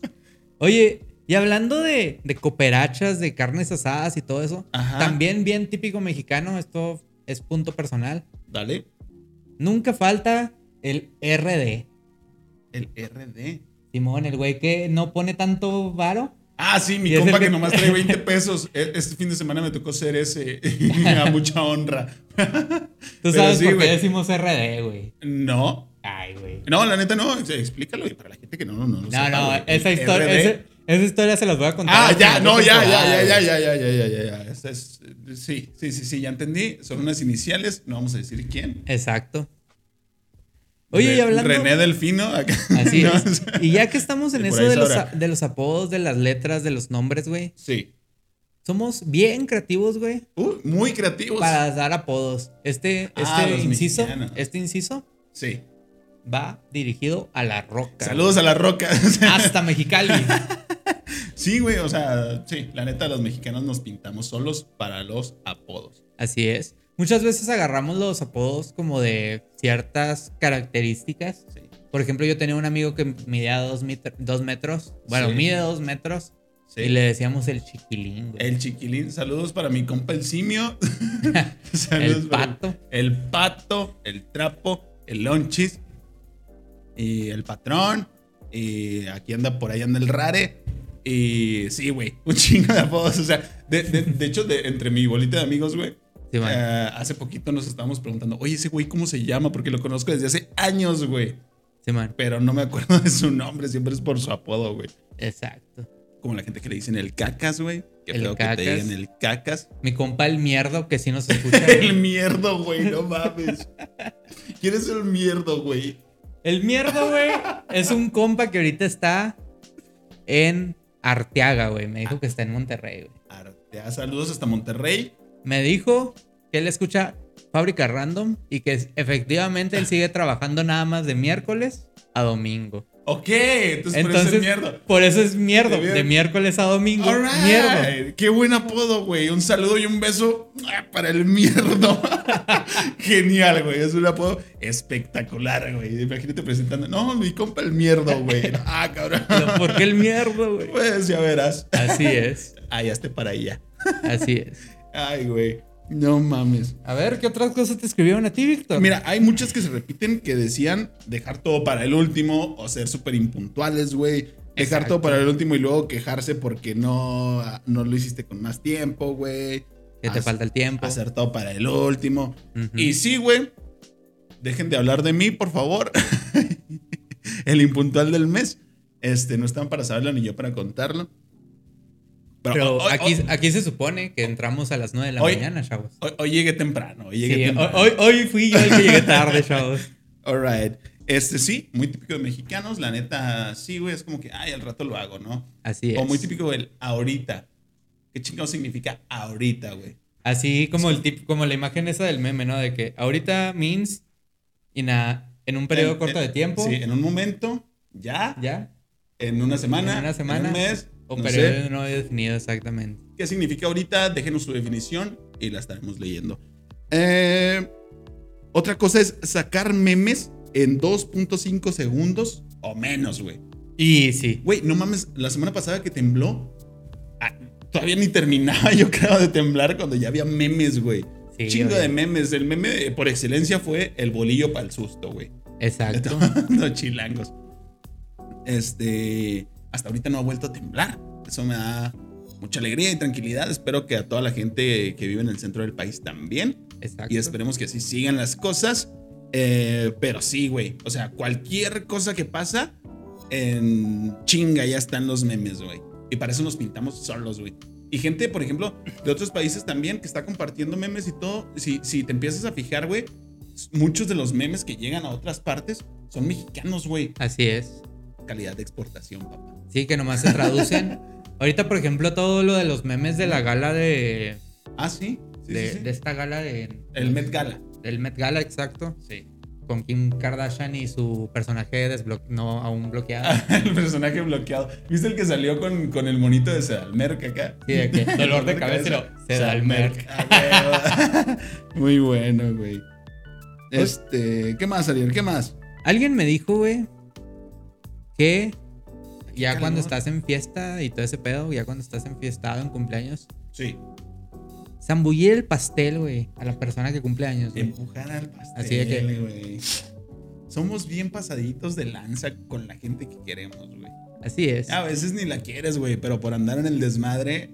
Speaker 1: Oye, y hablando de, de cooperachas, de carnes asadas y todo eso,
Speaker 2: Ajá.
Speaker 1: también bien típico mexicano, esto es punto personal.
Speaker 2: Dale.
Speaker 1: Nunca falta el RD.
Speaker 2: El RD.
Speaker 1: Simón, el güey que no pone tanto varo.
Speaker 2: Ah, sí, mi
Speaker 1: Y es
Speaker 2: compa
Speaker 1: el
Speaker 2: que
Speaker 1: que-
Speaker 2: nomás
Speaker 1: (laughs)
Speaker 2: trae 20 pesos. E- Este fin de semana me tocó ser ese. (laughs) a mucha honra.
Speaker 1: Tú
Speaker 2: Pero
Speaker 1: sabes
Speaker 2: sí,
Speaker 1: por qué
Speaker 2: güey.
Speaker 1: decimos RD, güey.
Speaker 2: No.
Speaker 1: Ay, güey.
Speaker 2: No, la neta no. Explícalo güey, para la gente que no, no, no. lo
Speaker 1: No,
Speaker 2: sepa,
Speaker 1: no,
Speaker 2: güey.
Speaker 1: esa
Speaker 2: El
Speaker 1: historia,
Speaker 2: RD.
Speaker 1: ese- esa historia se las voy a contar.
Speaker 2: Ah,
Speaker 1: al
Speaker 2: ya,
Speaker 1: final de
Speaker 2: no, ya,
Speaker 1: temporada,
Speaker 2: ya, ya,
Speaker 1: güey.
Speaker 2: ya, ya, ya, ya, ya, ya, ya. Esta es- sí, sí, sí, sí, ya entendí. Son unas iniciales, no vamos a decir quién.
Speaker 1: Exacto. Oye, y
Speaker 2: Re-
Speaker 1: hablando.
Speaker 2: René Delfino. Acá.
Speaker 1: Así
Speaker 2: (laughs) No,
Speaker 1: es.
Speaker 2: o sea,
Speaker 1: Y ya que estamos en
Speaker 2: Por
Speaker 1: eso
Speaker 2: ahí
Speaker 1: de los,
Speaker 2: sabrá.
Speaker 1: de los apodos, de las letras, de los nombres, güey.
Speaker 2: Sí.
Speaker 1: Somos bien creativos, güey,
Speaker 2: Uh, muy creativos.
Speaker 1: para dar apodos. Este, este
Speaker 2: Ah, los
Speaker 1: inciso,
Speaker 2: mexicanos.
Speaker 1: este inciso
Speaker 2: Sí.
Speaker 1: va dirigido a la roca.
Speaker 2: Saludos (laughs) a la roca.
Speaker 1: Hasta Mexicali.
Speaker 2: sí, güey, o sea, sí, la neta, los mexicanos nos pintamos solos para los apodos.
Speaker 1: Así es. Muchas veces agarramos los apodos como de ciertas características.
Speaker 2: Sí.
Speaker 1: Por ejemplo, yo tenía un amigo que midía dos, mit- dos metros. Bueno,
Speaker 2: Sí.
Speaker 1: mide dos metros.
Speaker 2: sí.
Speaker 1: Y le decíamos el chiquilín, güey.
Speaker 2: El chiquilín, saludos para mi compa el simio. (laughs) saludos
Speaker 1: (laughs) El
Speaker 2: para-
Speaker 1: pato.
Speaker 2: el pato, el trapo, el lonchis y el patrón. Y aquí anda por ahí anda el rare. Y sí, güey, (laughs) un chingo de apodos. O sea, de, de- de hecho, de- entre mi bolita de amigos, güey,
Speaker 1: Sí, man.
Speaker 2: eh, hace poquito nos estábamos preguntando, oye, ese güey, ¿cómo se llama? Porque lo conozco desde hace años, güey.
Speaker 1: Sí, man.
Speaker 2: Pero no me acuerdo (laughs) de su nombre, siempre es por su apodo, güey.
Speaker 1: Exacto.
Speaker 2: Como la gente que le dicen el cacas, güey. Que
Speaker 1: El
Speaker 2: feo que te
Speaker 1: cacas.
Speaker 2: digan el cacas. (laughs)
Speaker 1: Mi compa el mierdo que sí nos escucha.
Speaker 2: El mierdo, güey, no mames. ¿Quién es el mierdo, güey?
Speaker 1: el mierdo, güey, es un compa que ahorita está en Arteaga, güey. Me dijo que está en Monterrey, güey.
Speaker 2: Artea, Ah, saludos hasta Monterrey.
Speaker 1: Me dijo que él escucha Fábrica Random y que es- efectivamente él sigue trabajando nada más de miércoles a domingo.
Speaker 2: Ok, entonces, Pues por eso es
Speaker 1: Entonces,
Speaker 2: mierdo.
Speaker 1: por eso es mierdo.
Speaker 2: De
Speaker 1: De,
Speaker 2: mier-
Speaker 1: miércoles a domingo.
Speaker 2: All right.
Speaker 1: Mierdo.
Speaker 2: Qué buen apodo, güey. Un saludo y un beso ah, para el mierdo. (laughs) Genial, güey. Es un apodo espectacular, güey. Imagínate presentando. No, mi compa el mierdo, güey. Ah, cabrón. (laughs)
Speaker 1: Pero, ¿Por qué el mierdo, güey?
Speaker 2: Pues ya verás.
Speaker 1: Así es.
Speaker 2: Ah, ya esté para allá.
Speaker 1: Así es.
Speaker 2: Ay, güey. No mames.
Speaker 1: A ver, ¿qué otras cosas te escribieron a ti, Víctor?
Speaker 2: Mira, hay muchas que se repiten que decían dejar todo para el último o ser súper impuntuales, güey. Dejar todo
Speaker 1: Exacto.
Speaker 2: para el último y luego quejarse porque no, no lo hiciste con más tiempo, güey.
Speaker 1: que te
Speaker 2: Haz-
Speaker 1: falta el tiempo.
Speaker 2: Hacer todo para el último.
Speaker 1: Ujú.
Speaker 2: Y sí, güey. Dejen de hablar de mí, por favor. (laughs) el impuntual del mes. Este, no están para saberlo ni yo para contarlo.
Speaker 1: Pero
Speaker 2: hoy-
Speaker 1: aquí,
Speaker 2: hoy-
Speaker 1: aquí se supone que entramos a las 9 de la
Speaker 2: Hoy-
Speaker 1: mañana, chavos.
Speaker 2: hoy, hoy llegué temprano. Hoy llegué
Speaker 1: Sí, hoy,
Speaker 2: temprano.
Speaker 1: hoy- hoy fui yo el que llegué
Speaker 2: (laughs)
Speaker 1: tarde, chavos.
Speaker 2: Alright. Este sí, muy típico de mexicanos, la neta, sí, güey, es como que, ay, al rato lo hago, ¿no?
Speaker 1: Así es.
Speaker 2: O muy típico el ahorita. ¿Qué chingado significa ahorita, güey?
Speaker 1: Así como el tip, como la imagen esa del meme, ¿no? De que ahorita means Y nada, en un periodo
Speaker 2: En-
Speaker 1: corto
Speaker 2: en-
Speaker 1: de tiempo,
Speaker 2: Sí, en un momento, ya,
Speaker 1: ya.
Speaker 2: en una semana,
Speaker 1: en una semana.
Speaker 2: en un mes,
Speaker 1: O
Speaker 2: no sé.
Speaker 1: periodo no definido exactamente.
Speaker 2: ¿Qué significa ahorita? Déjenos su definición y la estaremos leyendo. Eh, otra cosa es sacar memes en 2.5 segundos o menos, güey.
Speaker 1: Y sí.
Speaker 2: Güey, no mames, la semana pasada que tembló, ah, todavía ni terminaba (laughs) yo creo de temblar cuando ya había memes, güey.
Speaker 1: sí
Speaker 2: Chingo de
Speaker 1: obvio.
Speaker 2: memes. El meme eh, por excelencia fue el bolillo para el susto, güey. (laughs)
Speaker 1: Exacto.
Speaker 2: Los chilangos. Este, hasta ahorita no ha vuelto a temblar. Eso me da mucha alegría y tranquilidad. Espero que a toda la gente que vive en el centro del país también.
Speaker 1: Exacto.
Speaker 2: Y esperemos que así sigan las cosas. Eh, pero sí, güey. O sea, cualquier cosa que pasa, en chinga ya están los memes, güey. Y para eso nos pintamos solos, güey. Y gente, por ejemplo, de otros países también que está compartiendo memes y todo. Si, si te empiezas a fijar, güey, muchos de los memes que llegan a otras partes son mexicanos, güey.
Speaker 1: Así es.
Speaker 2: Calidad de exportación, papá.
Speaker 1: Sí, que nomás se
Speaker 2: (laughs)
Speaker 1: traducen. Ahorita, por ejemplo, todo lo de los memes de la gala de.
Speaker 2: Ah, sí. sí,
Speaker 1: de,
Speaker 2: sí, sí.
Speaker 1: de esta gala de.
Speaker 2: El Met Gala. (laughs)
Speaker 1: Del Met Gala, exacto. Sí. Con Kim Kardashian y su personaje desblo- no aún bloqueado.
Speaker 2: el personaje bloqueado. ¿Viste el que salió con, con el monito de Sedalmerc acá?
Speaker 1: Sí, de
Speaker 2: (laughs)
Speaker 1: que dolor de cabeza. y luego, Se da el Met.
Speaker 2: Ah, güey. (laughs) Muy bueno, güey.
Speaker 1: Pues-
Speaker 2: Este, ¿qué más, Ariel? ¿Qué más?
Speaker 1: Alguien me dijo, güey, que ya
Speaker 2: calor.
Speaker 1: cuando estás en fiesta y todo ese pedo, ya cuando estás en fiestado en cumpleaños,
Speaker 2: Sí,
Speaker 1: zambullir el pastel, güey, a la persona que cumple años, güey.
Speaker 2: empujar al pastel,
Speaker 1: Así de que-
Speaker 2: güey. Somos bien pasaditos de lanza con la gente que queremos, güey.
Speaker 1: Así es.
Speaker 2: A veces ni la quieres, güey, pero por andar en el desmadre,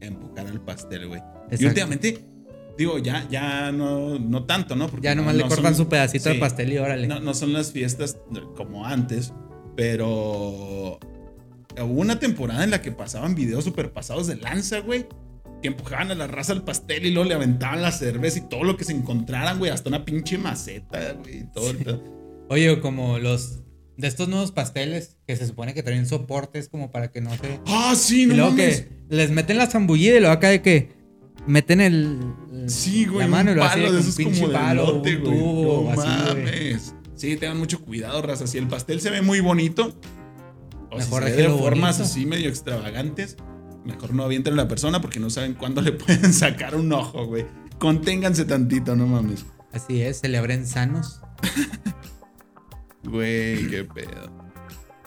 Speaker 2: empujar al pastel, güey. Y
Speaker 1: Exacto.
Speaker 2: últimamente, digo, ya, ya no, no tanto, ¿no? Porque
Speaker 1: Ya nomás
Speaker 2: no-
Speaker 1: le
Speaker 2: no
Speaker 1: cortan
Speaker 2: son-
Speaker 1: su pedacito de
Speaker 2: sí.
Speaker 1: pastel y órale.
Speaker 2: No, no son las fiestas como antes, pero hubo una temporada en la que pasaban videos super pasados de lanza, güey. Que empujaban a la raza al pastel y luego le aventaban la cerveza y todo lo que se encontraran, güey. Hasta una pinche maceta, güey. y Todo el pedo.
Speaker 1: Oye, o como los de estos nuevos pasteles que se supone que traen soportes como para que no se.
Speaker 2: Ah, sí,
Speaker 1: Y
Speaker 2: no
Speaker 1: luego
Speaker 2: mames.
Speaker 1: que les meten la zambullida y luego acá de que meten el.
Speaker 2: Sí, güey.
Speaker 1: La mano y
Speaker 2: un
Speaker 1: lo hacen
Speaker 2: palo
Speaker 1: con
Speaker 2: de
Speaker 1: un
Speaker 2: esos
Speaker 1: pinche
Speaker 2: como de
Speaker 1: palo,
Speaker 2: elote,
Speaker 1: un
Speaker 2: güey.
Speaker 1: tubo,
Speaker 2: No
Speaker 1: así, güey.
Speaker 2: mames. Sí, tengan mucho cuidado, raza. Si el pastel se ve muy bonito, o si
Speaker 1: Mejor
Speaker 2: se ve de
Speaker 1: déjelo
Speaker 2: formas
Speaker 1: bonito.
Speaker 2: así medio extravagantes, mejor no avienten a la persona porque no saben cuándo le (laughs) pueden sacar un ojo, güey. Conténganse tantito, no mames.
Speaker 1: Así es, celebren sanos.
Speaker 2: Güey, qué pedo.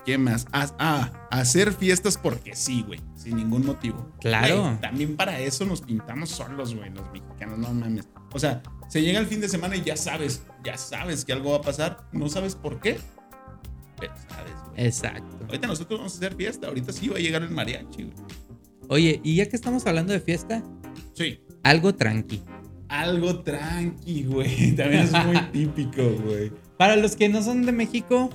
Speaker 2: ¿Qué más? Ah, ah, hacer fiestas porque sí, güey. Sin ningún motivo.
Speaker 1: Claro.
Speaker 2: Güey, también para eso nos pintamos solos, güey, los mexicanos, no mames. O sea, se llega el fin de semana y ya sabes, ya sabes que algo va a pasar. No sabes por qué, pero sabes, güey.
Speaker 1: Exacto.
Speaker 2: Ahorita nosotros vamos a hacer fiesta. Ahorita sí va a llegar el mariachi, güey.
Speaker 1: Oye, y ya que estamos hablando de fiesta,
Speaker 2: Sí.
Speaker 1: algo tranqui.
Speaker 2: Algo tranqui, güey. (laughs) También es
Speaker 1: (laughs)
Speaker 2: muy típico, güey.
Speaker 1: Para los que no son de México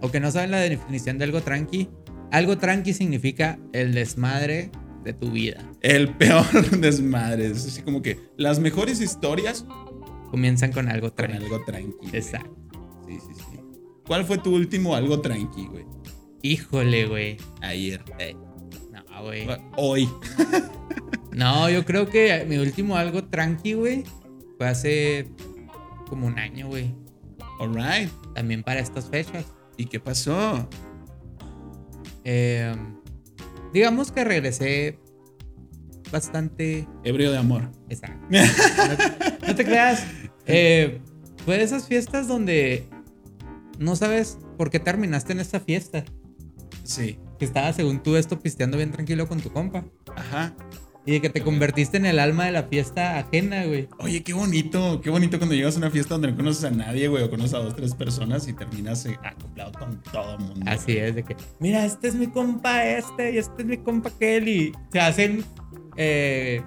Speaker 1: o que no saben la definición de algo tranqui, algo tranqui significa el desmadre de tu vida.
Speaker 2: El peor (laughs) desmadre. Es así como que las mejores historias
Speaker 1: Comienzan con algo
Speaker 2: con
Speaker 1: tranqui.
Speaker 2: algo tranqui. güey.
Speaker 1: Exacto.
Speaker 2: Sí, sí, sí. ¿Cuál fue tu último algo tranqui, güey?
Speaker 1: Híjole, güey.
Speaker 2: Ayer. Eh,
Speaker 1: No, güey.
Speaker 2: Hoy.
Speaker 1: No, yo creo que mi último algo tranqui, güey, fue hace como un año, güey.
Speaker 2: All right.
Speaker 1: También para estas fechas.
Speaker 2: ¿Y qué pasó?
Speaker 1: Eh, digamos que regresé bastante.
Speaker 2: Ebrio de amor.
Speaker 1: Exacto. No, te- no te creas. Eh, fue de esas fiestas donde no sabes por qué terminaste en esta fiesta.
Speaker 2: Sí.
Speaker 1: Que estaba, según tú, esto pisteando bien tranquilo con tu compa.
Speaker 2: Ajá.
Speaker 1: Y de que te convertiste en el alma de la fiesta ajena, güey.
Speaker 2: Oye, qué bonito. Qué bonito cuando llegas a una fiesta donde no conoces a nadie, güey, o conoces a dos, tres personas y terminas eh, acoplado con todo el mundo.
Speaker 1: Así es, de que, mira, este es mi compa este y este es mi compa Kelly. Se hacen, eh,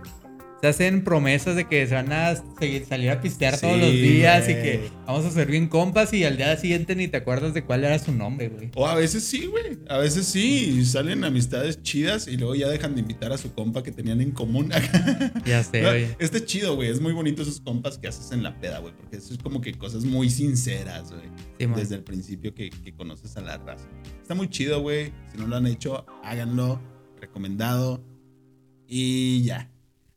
Speaker 1: se hacen promesas de que se van a seguir, salir a pistear
Speaker 2: Sí,
Speaker 1: todos los días y
Speaker 2: güey.
Speaker 1: que vamos a ser bien compas y al día siguiente ni te acuerdas de cuál era su nombre, güey.
Speaker 2: O a veces sí, güey. A veces sí. y salen amistades chidas y luego ya dejan de invitar a su compa que tenían en común. (laughs)
Speaker 1: Ya sé,
Speaker 2: No,
Speaker 1: güey.
Speaker 2: Este es chido, güey. Es muy bonito esos compas que haces en la peda, güey. Porque eso es como que cosas muy sinceras, güey.
Speaker 1: Simón.
Speaker 2: desde el principio que, que conoces a la raza. Está muy chido, güey. Si no lo han hecho, háganlo. Recomendado. Y ya.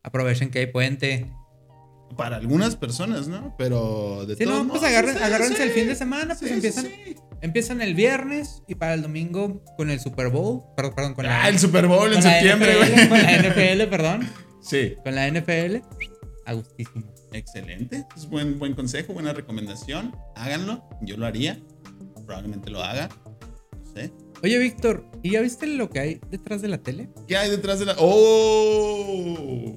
Speaker 1: Aprovechen que hay puente.
Speaker 2: Para algunas personas, ¿no? Pero de
Speaker 1: Si
Speaker 2: todos
Speaker 1: no, pues
Speaker 2: modos,
Speaker 1: agarren-
Speaker 2: sí,
Speaker 1: agárrense
Speaker 2: sí.
Speaker 1: el fin de semana, pues
Speaker 2: Sí, sí,
Speaker 1: empiezan,
Speaker 2: sí.
Speaker 1: empiezan el viernes y para el domingo con el Super Bowl, perdón, perdón con la,
Speaker 2: Ah, el Super Bowl en
Speaker 1: con la
Speaker 2: septiembre,
Speaker 1: NFL,
Speaker 2: güey.
Speaker 1: Con la NFL, perdón,
Speaker 2: Sí.
Speaker 1: con la NFL, a gustísimo.
Speaker 2: Excelente. Es buen, buen consejo, buena recomendación. Háganlo. Yo lo haría. Probablemente lo haga. No sé.
Speaker 1: Oye, Víctor, ¿y ya viste lo que hay detrás de la tele?
Speaker 2: ¿Qué hay detrás de la.? ¡Oh!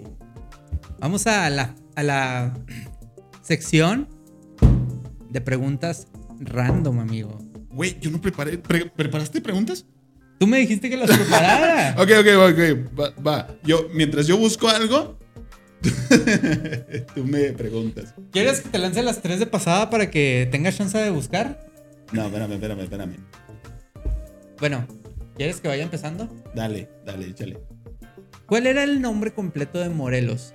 Speaker 1: Vamos a la, a la sección de preguntas random, amigo.
Speaker 2: Güey, yo no preparé. pre- ¿Preparaste preguntas?
Speaker 1: Tú me dijiste que las
Speaker 2: (laughs)
Speaker 1: preparara.
Speaker 2: Ok, ok, ok. Va. va. Yo, mientras yo busco algo, (laughs) tú me preguntas.
Speaker 1: ¿Quieres que te lance las tres de pasada para que tengas chance de buscar?
Speaker 2: No, espérame, espérame, espérame.
Speaker 1: Bueno, ¿quieres que vaya empezando?
Speaker 2: Dale, dale, échale.
Speaker 1: ¿Cuál era el nombre completo de Morelos?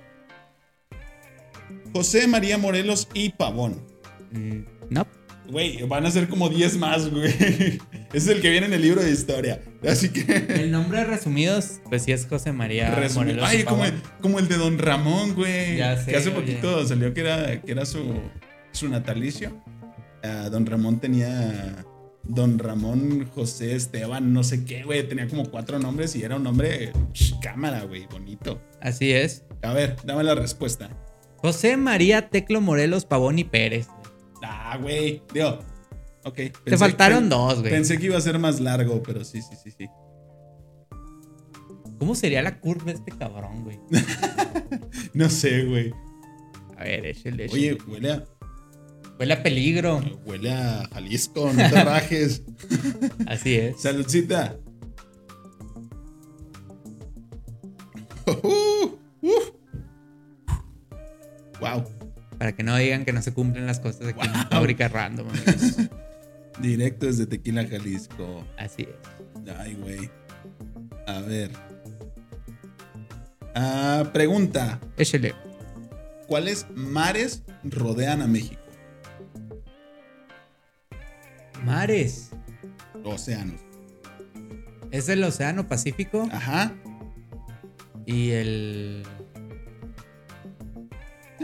Speaker 2: José María Morelos y Pavón.
Speaker 1: Mm,
Speaker 2: (laughs)
Speaker 1: no.
Speaker 2: Güey, van a ser como 10 más, güey. (laughs) Ese es el que viene en el libro de historia. Así que.
Speaker 1: El nombre resumido, es- pues sí es José María
Speaker 2: resumí-
Speaker 1: Morelos.
Speaker 2: Ay,
Speaker 1: y
Speaker 2: como,
Speaker 1: Pavón.
Speaker 2: como el de Don Ramón, güey.
Speaker 1: Ya sé,
Speaker 2: que hace
Speaker 1: oye.
Speaker 2: poquito salió que era, que era su, su natalicio. Ah, don Ramón tenía. Don Ramón José Esteban, no sé qué, güey. Tenía como cuatro nombres y era un nombre. psh, cámara, güey, bonito.
Speaker 1: Así es.
Speaker 2: A ver, dame la respuesta.
Speaker 1: José María Teclo Morelos Pavón y Pérez.
Speaker 2: Ah, güey. Digo. Ok.
Speaker 1: Te
Speaker 2: pensé-
Speaker 1: faltaron
Speaker 2: pen-
Speaker 1: dos, güey.
Speaker 2: Pensé que iba a ser más largo, pero sí, sí, sí, sí.
Speaker 1: ¿Cómo sería la curva de este cabrón, güey?
Speaker 2: No sé, güey.
Speaker 1: A ver, échale, échale.
Speaker 2: Oye, huele a,
Speaker 1: Huele a peligro.
Speaker 2: huele a Jalisco, no te (laughs) rajes.
Speaker 1: Así es.
Speaker 2: Saludcita. (laughs) Uh, uf. Wow.
Speaker 1: Para que no digan que no se cumplen las cosas aquí en Fábrica Random. amigos.
Speaker 2: Directo desde Tequila, Jalisco.
Speaker 1: Así es.
Speaker 2: Ay, güey. A ver. Ah, pregunta.
Speaker 1: Échale.
Speaker 2: ¿Cuáles mares rodean a México?
Speaker 1: Mares.
Speaker 2: Océanos.
Speaker 1: Es el Océano Pacífico
Speaker 2: Ajá.
Speaker 1: y el...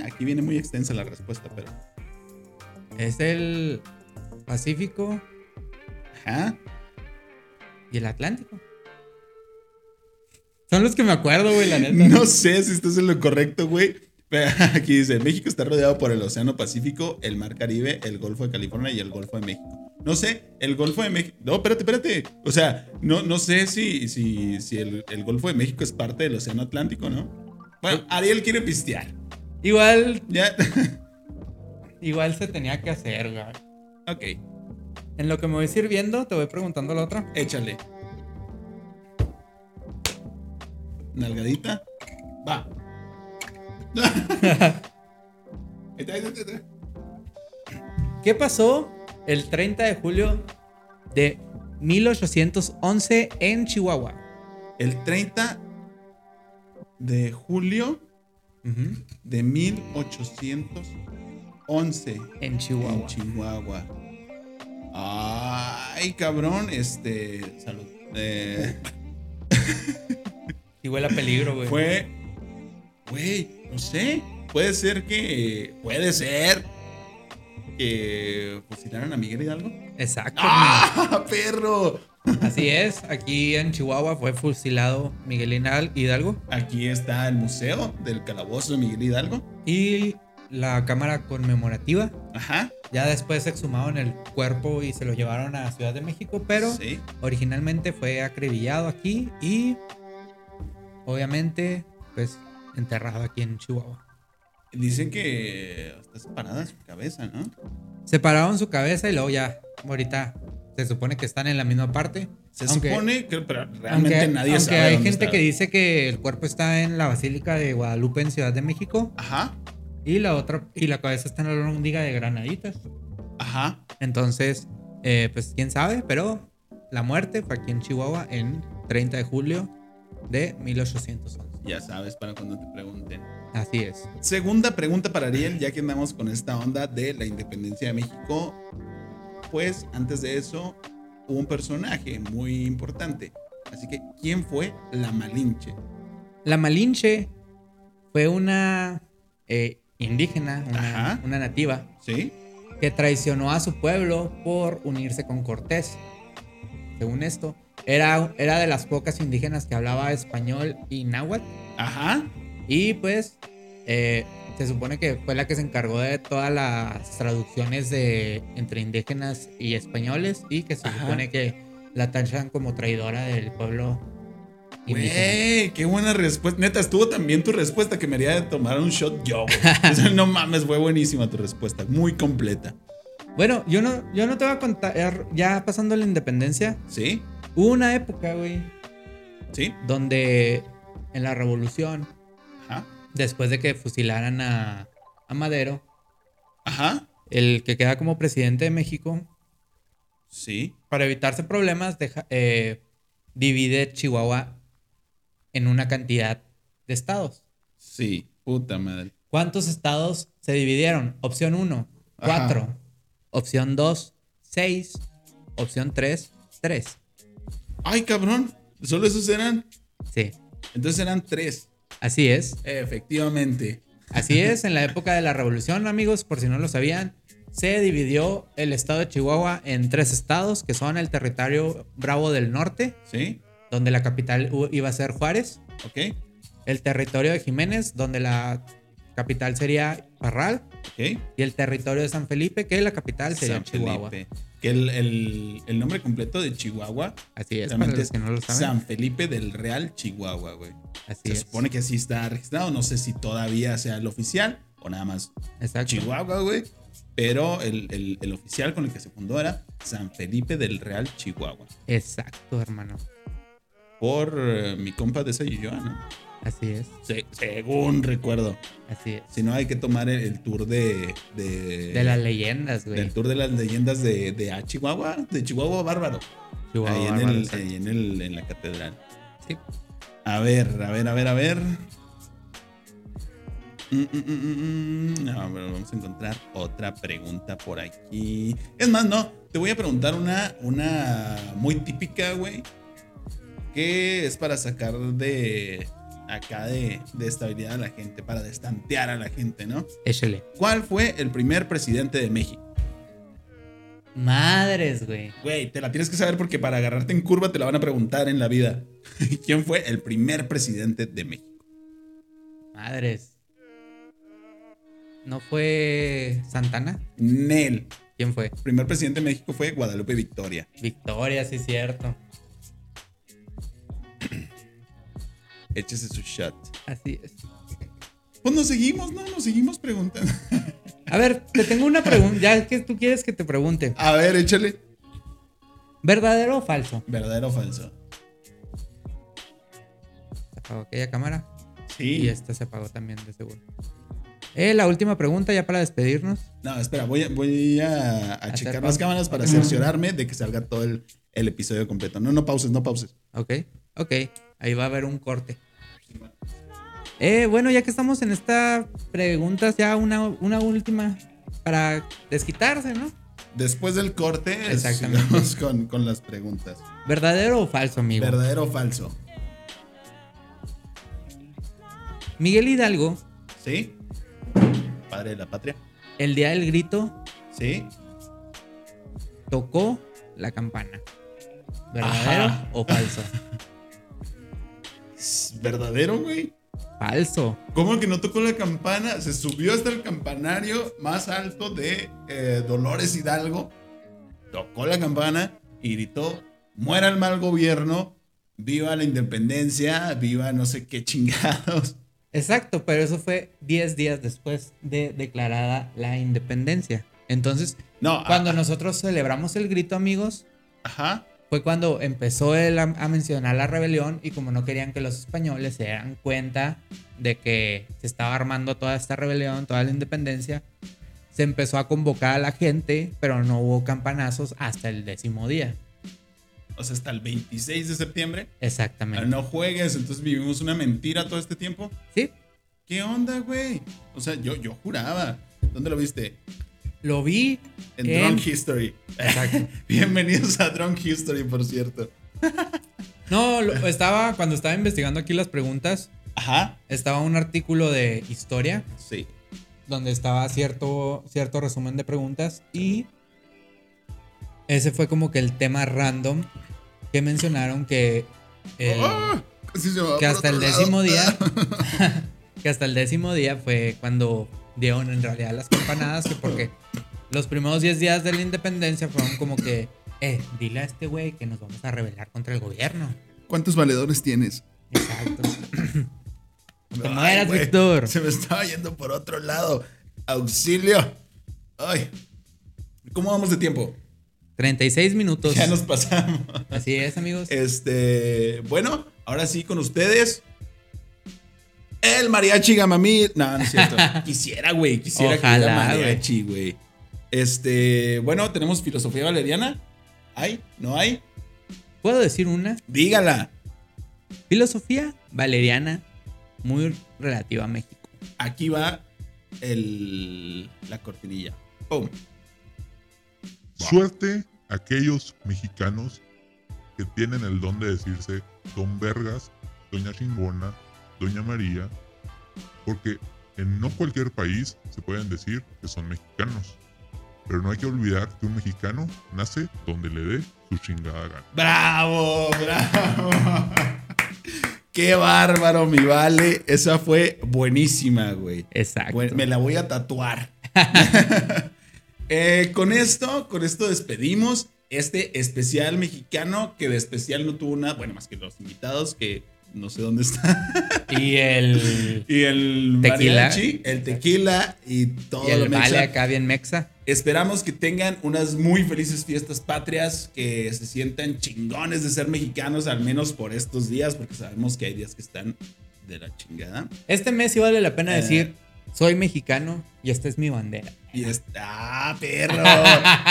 Speaker 2: Aquí viene muy extensa la respuesta, pero.
Speaker 1: Es el Pacífico
Speaker 2: Ajá.
Speaker 1: y el Atlántico. Son los que me acuerdo, güey,
Speaker 2: (laughs)
Speaker 1: la neta.
Speaker 2: No sé si estás en lo correcto, güey. Pero (laughs) Aquí dice, México está rodeado por el Océano Pacífico, el Mar Caribe, el Golfo de California y el Golfo de México. No sé, el Golfo de México... No, espérate, espérate. O sea, no, no sé si, si, si el, el Golfo de México es parte del Océano Atlántico, ¿no? Bueno, Ariel quiere pistear.
Speaker 1: Igual,
Speaker 2: Ya. (laughs)
Speaker 1: igual se tenía que hacer, güey.
Speaker 2: ok,
Speaker 1: En lo que me voy sirviendo, te voy preguntando la otra.
Speaker 2: échale. Nalgadita. Va. (laughs) Ahí está, ahí está, ahí está.
Speaker 1: ¿Qué pasó el 30 de julio de 1811 en Chihuahua?
Speaker 2: El 30 de julio
Speaker 1: Ujú,
Speaker 2: de 1811
Speaker 1: En Chihuahua.
Speaker 2: en Chihuahua. Ay, cabrón, este. Salud. Eh,
Speaker 1: Igual a peligro, güey.
Speaker 2: (laughs) fue. Güey, no sé. Puede ser que. Puede ser. Que fusilaran a Miguel Hidalgo. (laughs)
Speaker 1: Exacto.
Speaker 2: ¡Ah, perro!
Speaker 1: Así es, aquí en Chihuahua fue fusilado Miguel Hinal- Hidalgo
Speaker 2: Aquí está el museo del calabozo de Miguel Hidalgo.
Speaker 1: y la cámara conmemorativa.
Speaker 2: Ajá.
Speaker 1: Ya después se exhumaron el cuerpo y se lo llevaron a Ciudad de México, pero
Speaker 2: Sí.
Speaker 1: originalmente fue acribillado aquí y obviamente pues enterrado aquí en Chihuahua.
Speaker 2: Dicen que está separada su cabeza, ¿no?
Speaker 1: Separaron su cabeza y luego ya, ahorita se supone que están en la misma parte.
Speaker 2: Se
Speaker 1: Aunque-
Speaker 2: supone que pero realmente
Speaker 1: aunque,
Speaker 2: nadie
Speaker 1: aunque
Speaker 2: sabe.
Speaker 1: hay
Speaker 2: dónde
Speaker 1: gente
Speaker 2: está.
Speaker 1: que dice que el cuerpo está en la Basílica de Guadalupe en Ciudad de México
Speaker 2: Ajá,
Speaker 1: y la otra y la cabeza está en la Lóndiga de Granaditas.
Speaker 2: ajá.
Speaker 1: Entonces, eh, pues quién sabe, pero la muerte fue aquí en Chihuahua en 30 de julio de 1811.
Speaker 2: Ya sabes para cuando te pregunten.
Speaker 1: Así es.
Speaker 2: Segunda pregunta para Ariel, ya que andamos con esta onda de la independencia de México. Pues antes de eso hubo un personaje muy importante. Así que, ¿quién fue la Malinche?
Speaker 1: La Malinche fue una eh, indígena, una,
Speaker 2: Ajá.
Speaker 1: una nativa,
Speaker 2: ¿Sí?
Speaker 1: que traicionó a su pueblo por unirse con Cortés. Según esto, era, era de las pocas indígenas que hablaba español y náhuatl.
Speaker 2: Ajá.
Speaker 1: Y pues eh, se supone que fue la que se encargó de todas las traducciones de entre indígenas y españoles y que se
Speaker 2: Ajá.
Speaker 1: supone que la tachan como traidora del pueblo indígena.
Speaker 2: Güey, qué buena respuesta. Neta, estuvo también tu respuesta que me haría de tomar un shot
Speaker 1: (laughs)
Speaker 2: yo. güey. O sea, no mames, fue buenísima tu respuesta. Muy completa.
Speaker 1: Bueno, yo no, yo no te voy a contar, ya pasando la independencia,
Speaker 2: ¿Sí?
Speaker 1: hubo una época, güey,
Speaker 2: ¿Sí?
Speaker 1: donde en la revolución,
Speaker 2: Ajá.
Speaker 1: después de que fusilaran a, a Madero,
Speaker 2: Ajá.
Speaker 1: el que queda como presidente de México,
Speaker 2: Sí.
Speaker 1: para evitarse problemas, deja- eh, divide Chihuahua en una cantidad de estados.
Speaker 2: Sí. Puta madre.
Speaker 1: ¿Cuántos estados se dividieron? Opción 1,
Speaker 2: Ajá.
Speaker 1: 4. Opción 2, 6. Opción 3, 3.
Speaker 2: Ay, cabrón. Solo esos eran.
Speaker 1: Sí,
Speaker 2: Entonces eran tres.
Speaker 1: así es.
Speaker 2: Efectivamente.
Speaker 1: Así es, en la época de la revolución, amigos, por si no lo sabían, se dividió el estado de Chihuahua en tres estados, que son el territorio Bravo del Norte,
Speaker 2: ¿Sí?
Speaker 1: donde la capital u- iba a ser Juárez,
Speaker 2: Ok.
Speaker 1: el territorio de Jiménez, donde la capital sería Parral,
Speaker 2: Ok.
Speaker 1: y el territorio de San Felipe, que la capital sería
Speaker 2: San
Speaker 1: Chihuahua.
Speaker 2: Felipe. Que el, el- el nombre completo de Chihuahua
Speaker 1: Así es, para
Speaker 2: realmente
Speaker 1: los que no lo saben.
Speaker 2: San Felipe del Real Chihuahua, güey.
Speaker 1: Así
Speaker 2: Se
Speaker 1: es.
Speaker 2: supone que así está registrado. No sé si todavía sea el oficial o nada más
Speaker 1: Exacto.
Speaker 2: Chihuahua, güey. Pero el, el- el oficial con el que se fundó era San Felipe del Real Chihuahua.
Speaker 1: Exacto, hermano.
Speaker 2: Por eh, mi compa de esa Yoyoa, ¿no?
Speaker 1: Así es,
Speaker 2: Se- según recuerdo.
Speaker 1: así es.
Speaker 2: Si no, hay que tomar el, el tour de. de-
Speaker 1: De las leyendas,
Speaker 2: del
Speaker 1: güey.
Speaker 2: tour de las leyendas de, de a Chihuahua, de Chihuahua Bárbaro.
Speaker 1: Chihuahua,
Speaker 2: ahí en,
Speaker 1: bárbaro,
Speaker 2: el,
Speaker 1: exacto.
Speaker 2: ahí en, el- en la catedral.
Speaker 1: Sí.
Speaker 2: A ver, a ver, a ver, a ver. Mm, mm, mm, mm, mm. No, pero vamos a encontrar otra pregunta por aquí. Es más, no, te voy a preguntar una, una muy típica, güey. Que es para sacar de acá de, de estabilidad a la gente, para destantear a la gente, ¿no?
Speaker 1: Échale.
Speaker 2: ¿Cuál fue el primer presidente de México?
Speaker 1: Madres, güey.
Speaker 2: Güey, te la tienes que saber porque para agarrarte en curva te la van a preguntar en la vida. (laughs) ¿Quién fue el primer presidente de México?
Speaker 1: Madres. ¿No fue Santana?
Speaker 2: Nel.
Speaker 1: ¿Quién fue?
Speaker 2: El primer presidente de México fue Guadalupe Victoria.
Speaker 1: Victoria, sí, cierto.
Speaker 2: Échese su shot.
Speaker 1: Así es.
Speaker 2: Pues nos seguimos, ¿no? Nos seguimos preguntando.
Speaker 1: A ver, te tengo una pregunta. Ya que tú quieres que te pregunte.
Speaker 2: A ver, échale.
Speaker 1: ¿Verdadero o falso?
Speaker 2: ¿Verdadero o falso?
Speaker 1: Se apagó aquella cámara. Y
Speaker 2: Sí.
Speaker 1: esta se apagó también, de seguro. Eh, la última pregunta, ya para despedirnos.
Speaker 2: No, espera, voy a, voy a, a
Speaker 1: Hacer
Speaker 2: checar
Speaker 1: pausa.
Speaker 2: las cámaras para cerciorarme de que salga todo el, el episodio completo. No, no pauses, no pauses.
Speaker 1: Ok, ok. Ahí va a haber un corte. Eh, bueno, ya que estamos en esta preguntas, ya una, una última para desquitarse, ¿no?
Speaker 2: Después del corte,
Speaker 1: Exactamente.
Speaker 2: sigamos con, con las preguntas.
Speaker 1: ¿Verdadero o falso, amigo?
Speaker 2: ¿Verdadero o falso?
Speaker 1: Miguel Hidalgo,
Speaker 2: ¿Sí? Padre de la patria.
Speaker 1: el día del grito,
Speaker 2: ¿Sí?
Speaker 1: tocó la campana. ¿Verdadero
Speaker 2: Ajá.
Speaker 1: o
Speaker 2: (laughs)
Speaker 1: falso?
Speaker 2: ¿Es ¿Verdadero, güey?
Speaker 1: falso.
Speaker 2: ¿Cómo que no tocó la campana? Se subió hasta el campanario más alto de eh, Dolores Hidalgo, tocó la campana y gritó, muera el mal gobierno, viva la independencia, viva no sé qué chingados. (laughs)
Speaker 1: Exacto, pero eso fue 10 días después de declarada la independencia. Entonces,
Speaker 2: No, a-
Speaker 1: cuando nosotros celebramos el grito, amigos,
Speaker 2: ajá,
Speaker 1: fue cuando empezó él a, a mencionar la rebelión y como no querían que los españoles se dieran cuenta de que se estaba armando toda esta rebelión, toda la independencia, se empezó a convocar a la gente, pero no hubo campanazos hasta el décimo día.
Speaker 2: o sea, hasta el 26 de septiembre.
Speaker 1: Exactamente.
Speaker 2: Ah, No juegues, entonces vivimos una mentira todo este tiempo.
Speaker 1: Sí,
Speaker 2: ¿Qué onda, güey? O sea, yo, yo juraba. ¿Dónde lo viste?
Speaker 1: lo vi.
Speaker 2: En,
Speaker 1: En- (laughs)
Speaker 2: Drunk History. (laughs)
Speaker 1: Exacto.
Speaker 2: Bienvenidos a Drunk History, por cierto.
Speaker 1: No, lo- estaba cuando estaba investigando aquí las preguntas,
Speaker 2: Ajá,
Speaker 1: estaba un artículo de historia
Speaker 2: sí.
Speaker 1: donde estaba cierto, cierto resumen de preguntas y ese fue como que el tema random que mencionaron que, el-
Speaker 2: ¡Ah! Sí se va
Speaker 1: Eh, que
Speaker 2: por
Speaker 1: hasta el
Speaker 2: otro
Speaker 1: décimo
Speaker 2: lado.
Speaker 1: día
Speaker 2: (laughs)
Speaker 1: que hasta el décimo día fue cuando dieron en realidad las campanadas que porque los primeros 10 días de la independencia fueron como que eh, dile a este güey que nos vamos a rebelar contra el gobierno.
Speaker 2: Ah, ¿Cuántos valedores tienes?
Speaker 1: Exacto. No te
Speaker 2: Ay,
Speaker 1: mueras,
Speaker 2: güey,
Speaker 1: Víctor.
Speaker 2: Se me estaba yendo por otro lado. Auxilio. Ay. ¿Cómo vamos de tiempo?
Speaker 1: 36 minutos.
Speaker 2: Ya nos Eh. pasamos.
Speaker 1: Así es, amigos.
Speaker 2: Este, bueno, ahora sí con ustedes. El mariachi gamamil. No, no
Speaker 1: (laughs)
Speaker 2: es cierto. Quisiera, güey. Quisiera
Speaker 1: Ojalá,
Speaker 2: que hubiera mariachi, güey. Este, bueno, tenemos filosofía valeriana. ¿Hay? ¿No hay?
Speaker 1: ¿Puedo decir una?
Speaker 2: Dígala.
Speaker 1: Filosofía valeriana, muy relativa a México.
Speaker 2: Aquí va el, la cortinilla. Pum.
Speaker 3: Suerte a aquellos mexicanos que tienen el don de decirse Don Vergas, Doña Chingona, Doña María, porque en no cualquier país se pueden decir que son mexicanos. Pero no hay que olvidar que un mexicano nace donde le dé su chingada gana.
Speaker 2: Bravo, bravo. (laughs) Qué bárbaro, mi vale. Esa fue buenísima, güey.
Speaker 1: Exacto.
Speaker 2: Bueno, me la voy
Speaker 1: (laughs)
Speaker 2: a tatuar. Eh, con esto, con esto despedimos este especial mexicano que de especial no tuvo nada, bueno, más que los invitados que no sé dónde están. (laughs)
Speaker 1: Y el,
Speaker 2: Y el
Speaker 1: Tequila.
Speaker 2: mariachi, el tequila (laughs) y todo
Speaker 1: y el
Speaker 2: lo mexa.
Speaker 1: vale acá bien mexa.
Speaker 2: Esperamos que tengan unas muy felices fiestas patrias, que se sientan chingones de ser mexicanos, al menos por estos días, porque sabemos que hay días que están de la chingada.
Speaker 1: Este mes sí vale la pena
Speaker 2: Eh.
Speaker 1: decir, soy mexicano y esta es mi bandera.
Speaker 2: Y está, ¡ah, perro.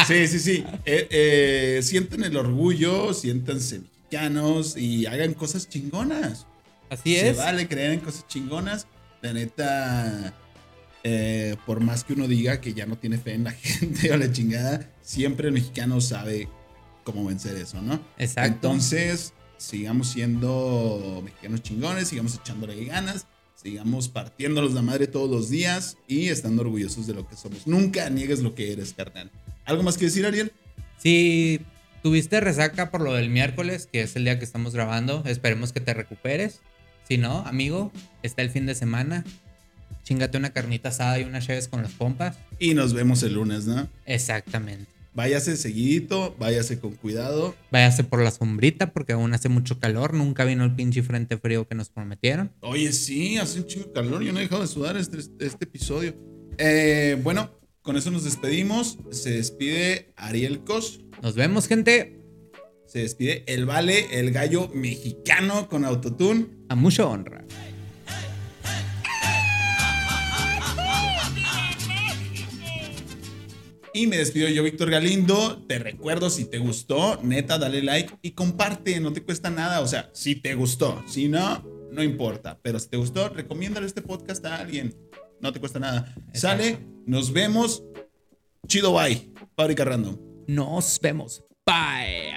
Speaker 2: Sí, sí, sí. Eh, eh, sienten el orgullo, siéntanse mexicanos y hagan cosas chingonas.
Speaker 1: Así
Speaker 2: Se
Speaker 1: es.
Speaker 2: vale creer en cosas chingonas. La neta, eh, por más que uno diga que ya no tiene fe en la (laughs) gente o la chingada, siempre el mexicano sabe cómo vencer eso, ¿no?
Speaker 1: Exacto.
Speaker 2: Entonces, sigamos siendo mexicanos chingones, sigamos echándole ganas, sigamos partiéndonos la madre todos los días y estando orgullosos de lo que somos. Nunca niegues lo que eres, carnal. ¿Algo más que decir, Ariel?
Speaker 1: Si tuviste resaca por lo del miércoles, que es el día que estamos grabando, esperemos que te recuperes. Si no, amigo, está el fin de semana. Chingate una carnita asada y unas cheves con los pompas.
Speaker 2: Y nos vemos el lunes, ¿no?
Speaker 1: Exactamente.
Speaker 2: Váyase seguidito, váyase con cuidado.
Speaker 1: Váyase por la sombrita porque aún hace mucho calor. Nunca vino el pinche frente frío que nos prometieron.
Speaker 2: Oye, sí, hace un chingo de calor. Yo no he dejado de sudar este, este episodio. Eh, bueno, con eso nos despedimos. Se despide Ariel Cos.
Speaker 1: Nos vemos, gente.
Speaker 2: Se despide el Vale, el gallo mexicano con autotune.
Speaker 1: A mucha honra.
Speaker 2: Y me despido yo, Víctor Galindo. Te recuerdo, si te gustó, neta, dale like y comparte. No te cuesta nada. O sea, si te gustó. Si no, no importa. Pero si te gustó, recomiéndale este podcast a alguien. No te cuesta nada. Sale, nos vemos. Chido, bye. Fábrica Random.
Speaker 1: Nos vemos. Bye.